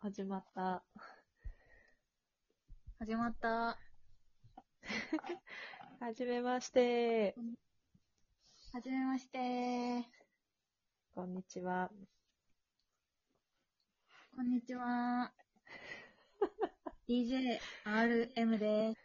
始まった。始まった。はじめまして。はじめまして。こんにちは。こんにち は。DJRM です。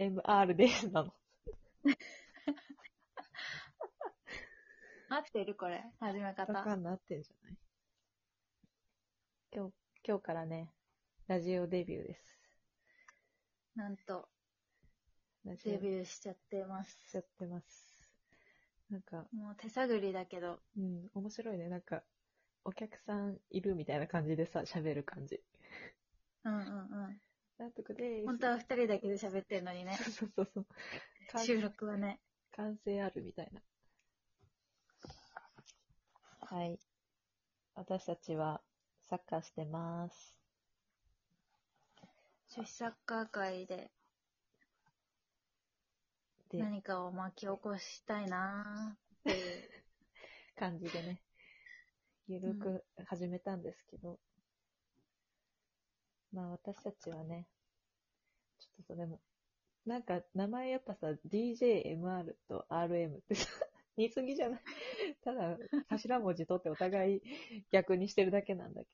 DJMR です。なの。合ってるこれ。始めわ方。かんなってんじゃない今日、今日からね、ラジオデビューです。なんと、ラジオデビューしちゃってます。しちゃってます。なんか、もう手探りだけど、うん、面白いね。なんか、お客さんいるみたいな感じでさ、喋る感じ。うんうんうん。なんとかです。本当は二人だけで喋ってるのにね、 そうそうそう。完収録はね。完成あるみたいな。はい。私たちはサッカーしてます。女子サッカー界でで、何かを巻き起こしたいなーっていう。感じでね、ゆるく始めたんですけど、まあ私たちはね、ちょっとそれも、なんか名前やっぱさ、DJMR と RM ってさ、 似すぎじゃないただ頭文字取ってお互い逆にしてるだけなんだけ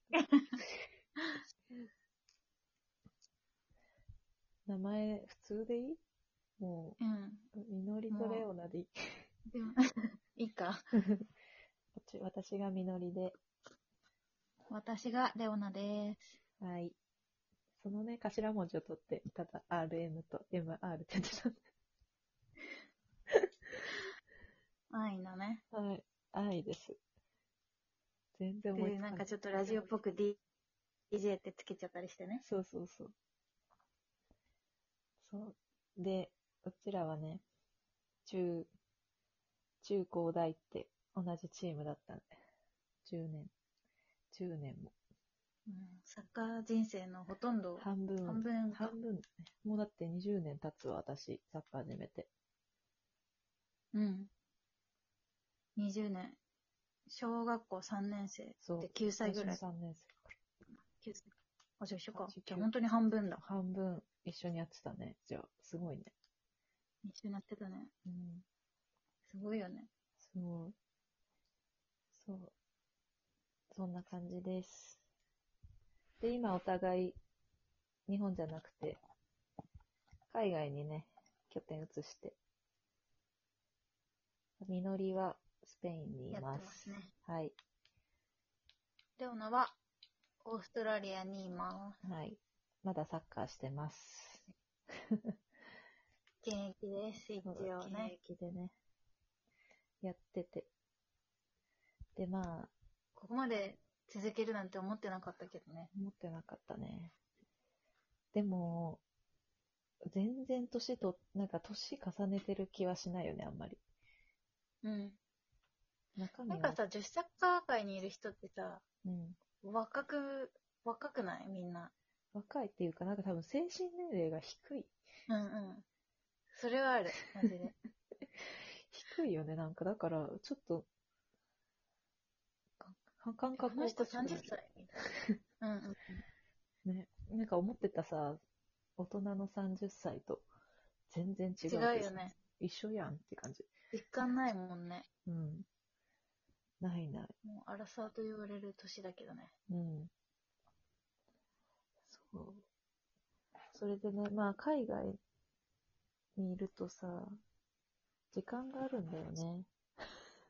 ど。名前普通でいいもうん。う、みのりとレオナでいいでも、 いいか。こっち私がみのりで、私がレオナです。はい。そのね、頭文字を取って、ただ RM と MR って言ってたんで愛のね。はい。愛です。全然思いで、つなんかなかい。ちょっとラジオっぽく D- DJ ってつけちゃったりしてね。そうそうそう。そう。で、うちらはね、中、中高大って同じチームだったんで、10年、10年も。うん、サッカー人生のほとんど半分、半分か。半分ね。もうだって20年経つわ、私、サッカー始めて。うん。20年。小学校3年生そうで。9歳ぐらい。 3年生か。 9歳。あ、じゃあ一緒か8。じゃあ本当に半分だ。半分一緒にやってたね。じゃあ、すごいね。一緒になってたね。うん。すごいよね。すごい。そう。そんな感じです。で、今お互い、日本じゃなくて、海外にね、拠点移して。みのりはスペインにいやってま。ますすね。はい。レオナは、オーストラリアにいまはい。まだサッカーしてます。す。現役です、一応ね。現役でね。やってて。で、まあ、ここまで続けるなんて思ってなかったけどね。思ってなかったね。でも、全然年と、なんか年重ねてる気はしないよね、あんまり。うん。中身なは。んかさ、女子サッカー界にいる人ってさ、うん。若く、若くないみんな。若いっていうか、なんか多分精神年齢が低い。うんうん。それはある、マジ で。低いよね、なんか。だから、ちょっと、か感こ覚の人おかしくなる30歳みたいな。うんうん。ね。なんか思ってたさ、大人の30歳と全然違う違けど。うよね。一緒やんって感じ。実感ないもんね。うん。ないない。もう、アラサーと言われる年だけどね。うん。そう。それでね、まあ、海外にいるとさ、時間があるんだよね。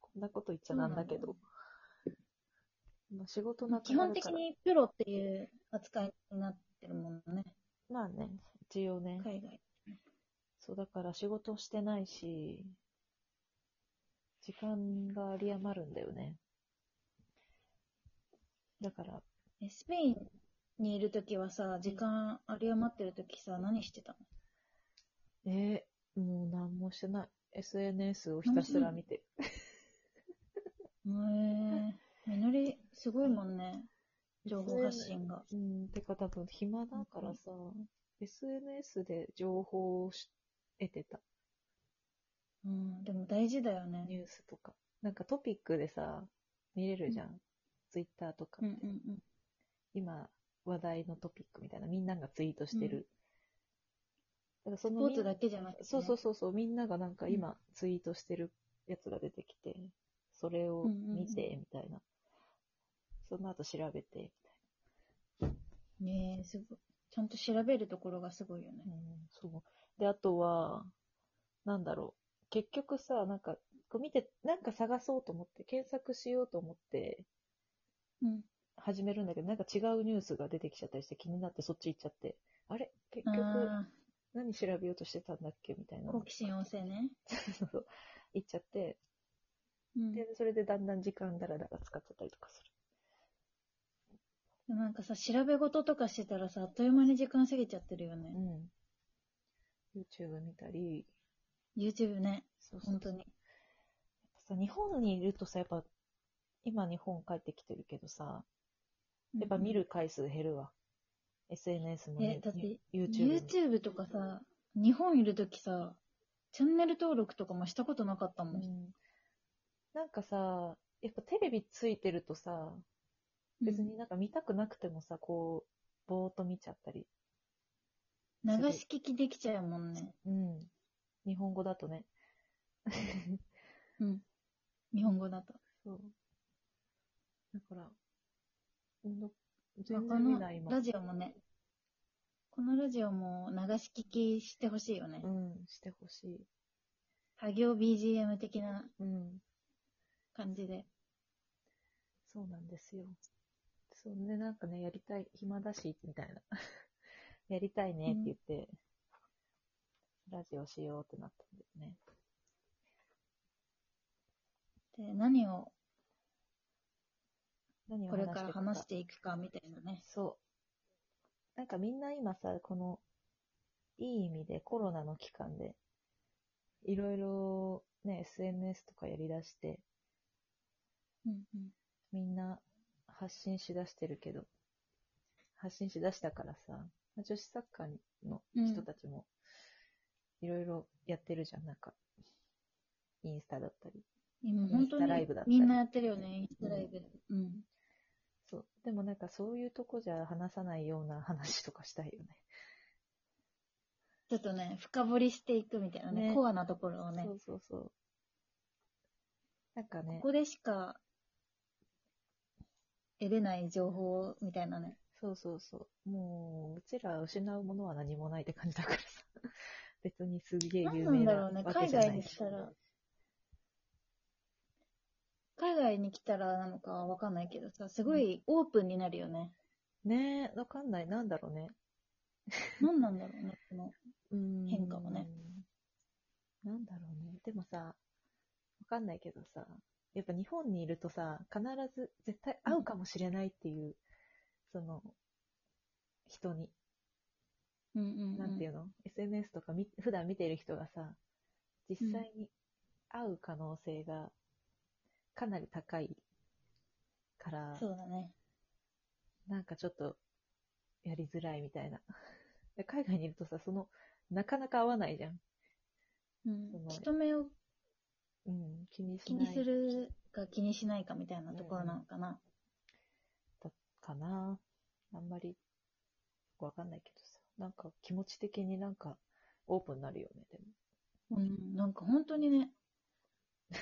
こんなこと言っちゃなんだけど。まあ仕事なく基なるから本的。にプロっていう扱いになってるもんね。まあね、一応ね。海外。そう、だから仕事してないし、時間が有り余るんだよね。だから、えスペインにいるときはさ、時間有り余ってるときさ、何してたのえーもう何もしてない。SNS をひたすら見て。へえ。みのり、すごいもんね。情報発 SN。信が。うん、てか多分暇だからさ、SNS で情報をし得てた。うん、でも大事だよね。ニュースとか。なんかトピックでさ、見れるじゃん。ツイッターとかうんっうんて、今話題のトピックみたいな、みんながツイートしてる。だからそうん。スのポみんーツだけじゃなくて、ね。そうそうそうそう、みんながなんかうん今ツイートしてるやつが出てきて、それを見て、みたいな。その後調べて、みたいねえ、すごい。ちゃんと調べるところがすごいよね。な。うん、そう。で、あとは、なんだろう。結局さ、なんか、こう見て、なんか探そうと思って、検索しようと思ってうん。始めるんだけど、なんか違うニュースが出てきちゃったりして気になってそっち行っちゃって、あれ結局あ何調べようとしてたんだっけみたいーな。好奇心旺盛ね。 そうそう行っちゃって、うん。でで、それでだんだん時間だらだら使っちゃったりとかする。もなんかさ、調べ事とかしてたらさ、あっという間に時間過ぎちゃってるよね。うん。YouTube 見たり、 YouTube ね、そうそう本当に。さ、日本にいるとさ、やっぱ、今日本帰ってきてるけどさ、やっぱ見る回数減るわ。SNS も、うん。えね、、だって、 YouTube も YouTube とかさ、日本いるときさ、チャンネル登録とかもしたことなかったも。うんん。なんかさ、やっぱテレビついてるとさ、別になんか見たくなくてもさ、こう、ぼーっと見ちゃったり。流し聞きできちゃうもんね。うん。日本語だとね。うん。日本語だと。そう。だから、ほんとまあ全こ然見のない今。ラジオもね、このラジオも流し聞きしてほしいよねう。ん、してほしい。作業 BGM 的なうん。感じで。そうなんですよ。そうね、なんかね、やりたい、暇だし、みたいな。 やりたいねって言って、ラジオしようってなったんだよね。で、何を何をこ話れしていからくか話していくかみたいなね。そう。なんかみんな今さ、この、いい意味でコロナの期間で、いろいろね、SNS とかやりだして、うんうん。みんな発信しだしてるけど、発信しだしたからさ、まあ女子サッカーの人たちも、いろいろやってるじゃん、なんか、インスタだったり。今本当インスタライにブだったりみんなやってるよね、インスタライブ。うん。そう。でもなんかそういうとこじゃ話さないような話とかしたいよね。ちょっとね、深掘りしていくみたいなね、ねコアなところをね、そこうそうそう。なんかね、こでしか得れない情報みたいなね。そうそうそう。もう、うちら失うものは何もないって感じだからさ。 別にすげえなん有なん名だなろうね、わけ海じゃない外に来たら。海外に来たらなのかわかんないけどさ、すごいオープンになるよね。ねえ、わかんない。なんだろうね。なんなんだろうね、この。変化もね。なんだろうね。でもさ、わかんないけどさ、やっぱ日本にいるとさ、必ず絶対会うかもしれないっていう、その、人に、うんうん、うん。なんていうの、SNS とかみ普段見てる人がさ、実際に会う可能性がかなり高いから、そうだね。なんかちょっとやりづらいみたいな。で海外にいるとさ、その、なかなか会わないじゃん。うんその。人目をうん、気にし気ない。にするか気にしないかみたいなところなのかな。だかな。あんまり、わかんないけどさ。なんか気持ち的になんかオープンになるよね、でうん、なんか本当にね、も。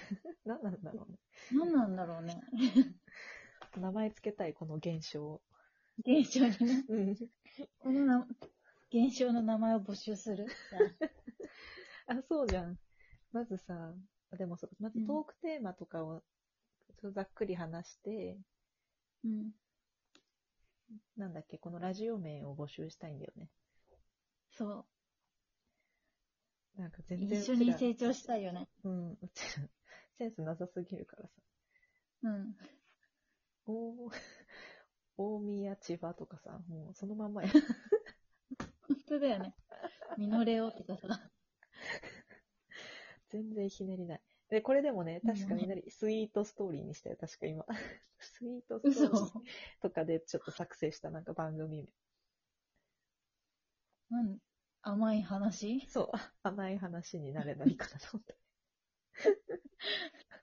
なんなんだろうね。何なんだろうね。名前つけたい、この現象を。現象にね、うん。このな現象の名前を募集する。 あ、そうじゃん。まずさ、でもそう、まずトークテーマとかを、ちょっとざっくり話して、 うん。なんだっけ、このラジオ名を募集したいんだよね。そなんかう。全然一緒うちにら成長したいよね。うん、うちらセンスなさすぎるからさ。うん。おー大宮、千葉とかさ、もうそのまんまや。本当だよね。ミノレオとかさ。全然ひねりない。で、これでもね、うん確かみんなでスイートストーリーにしたよ、確か 今。スイートストーリー嘘とかでちょっと作成したなんか番組名。なん甘い話そう、甘い話になればいいかなと思って。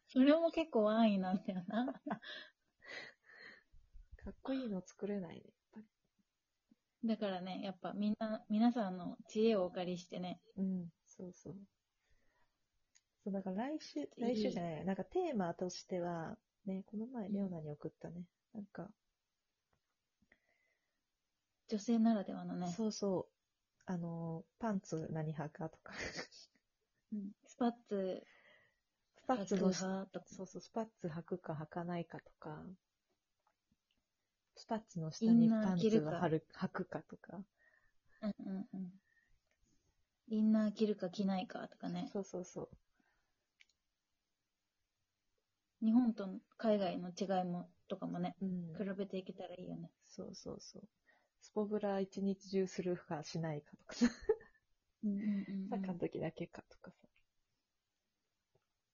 それも結構安易なんだよな。こいいの作れないね。やっぱだからね、やっぱみんな、皆さんの知恵をお借りしてね。りうん、そうそう。そう、だから来週、いい来週じゃない、なんかテーマとしては、ね、この前、うんレオナに送ったね。なんか、女性ならではのね。そうそう、あのー、パンツ何派かとか、うんスパッツ、ス パッツ履くの、派とか。そうそう、スパッツ履くか履かないかとか、スパッツの下にパンツをインナー着履る履くかとか、うんうんうん。インナー着るか着ないかとかね。そうそうそう。日本と海外の違いも、とかもね、うん比べていけたらいいよね。そうそうそう。スポブラ一日中するかしないかとかさ、うんうんうん、う ん。サッカーの時だけかとかさ。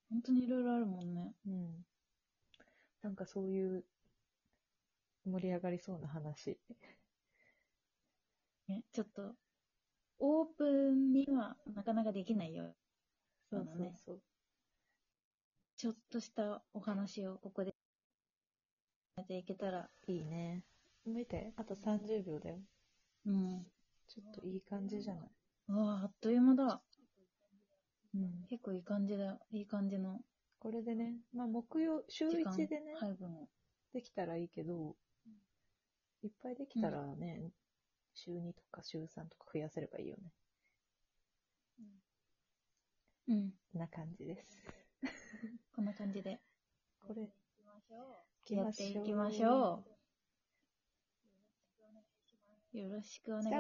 本当にいろいろあるもんね。うん。なんかそういう盛り上がりそうな話。ねちょっと、オープンにはなかなかできないよ。そそううそだうねそう。ちょっとしたお話をここで、やっていけたら、いいね。見て、あと30秒だよ。うん。ちょっといい感じじゃないうわあ、あっという間だ。うん。結構いい感じだよ。いい感じのこれでね、まあ木曜、週時1間でね、配分を。できたらいいけど、いっぱいできたらね、週2とか週3とか増やせればいいよね。うん。な感じです。こんな感じで。これ、やっていきましょう。よろしくお願いします。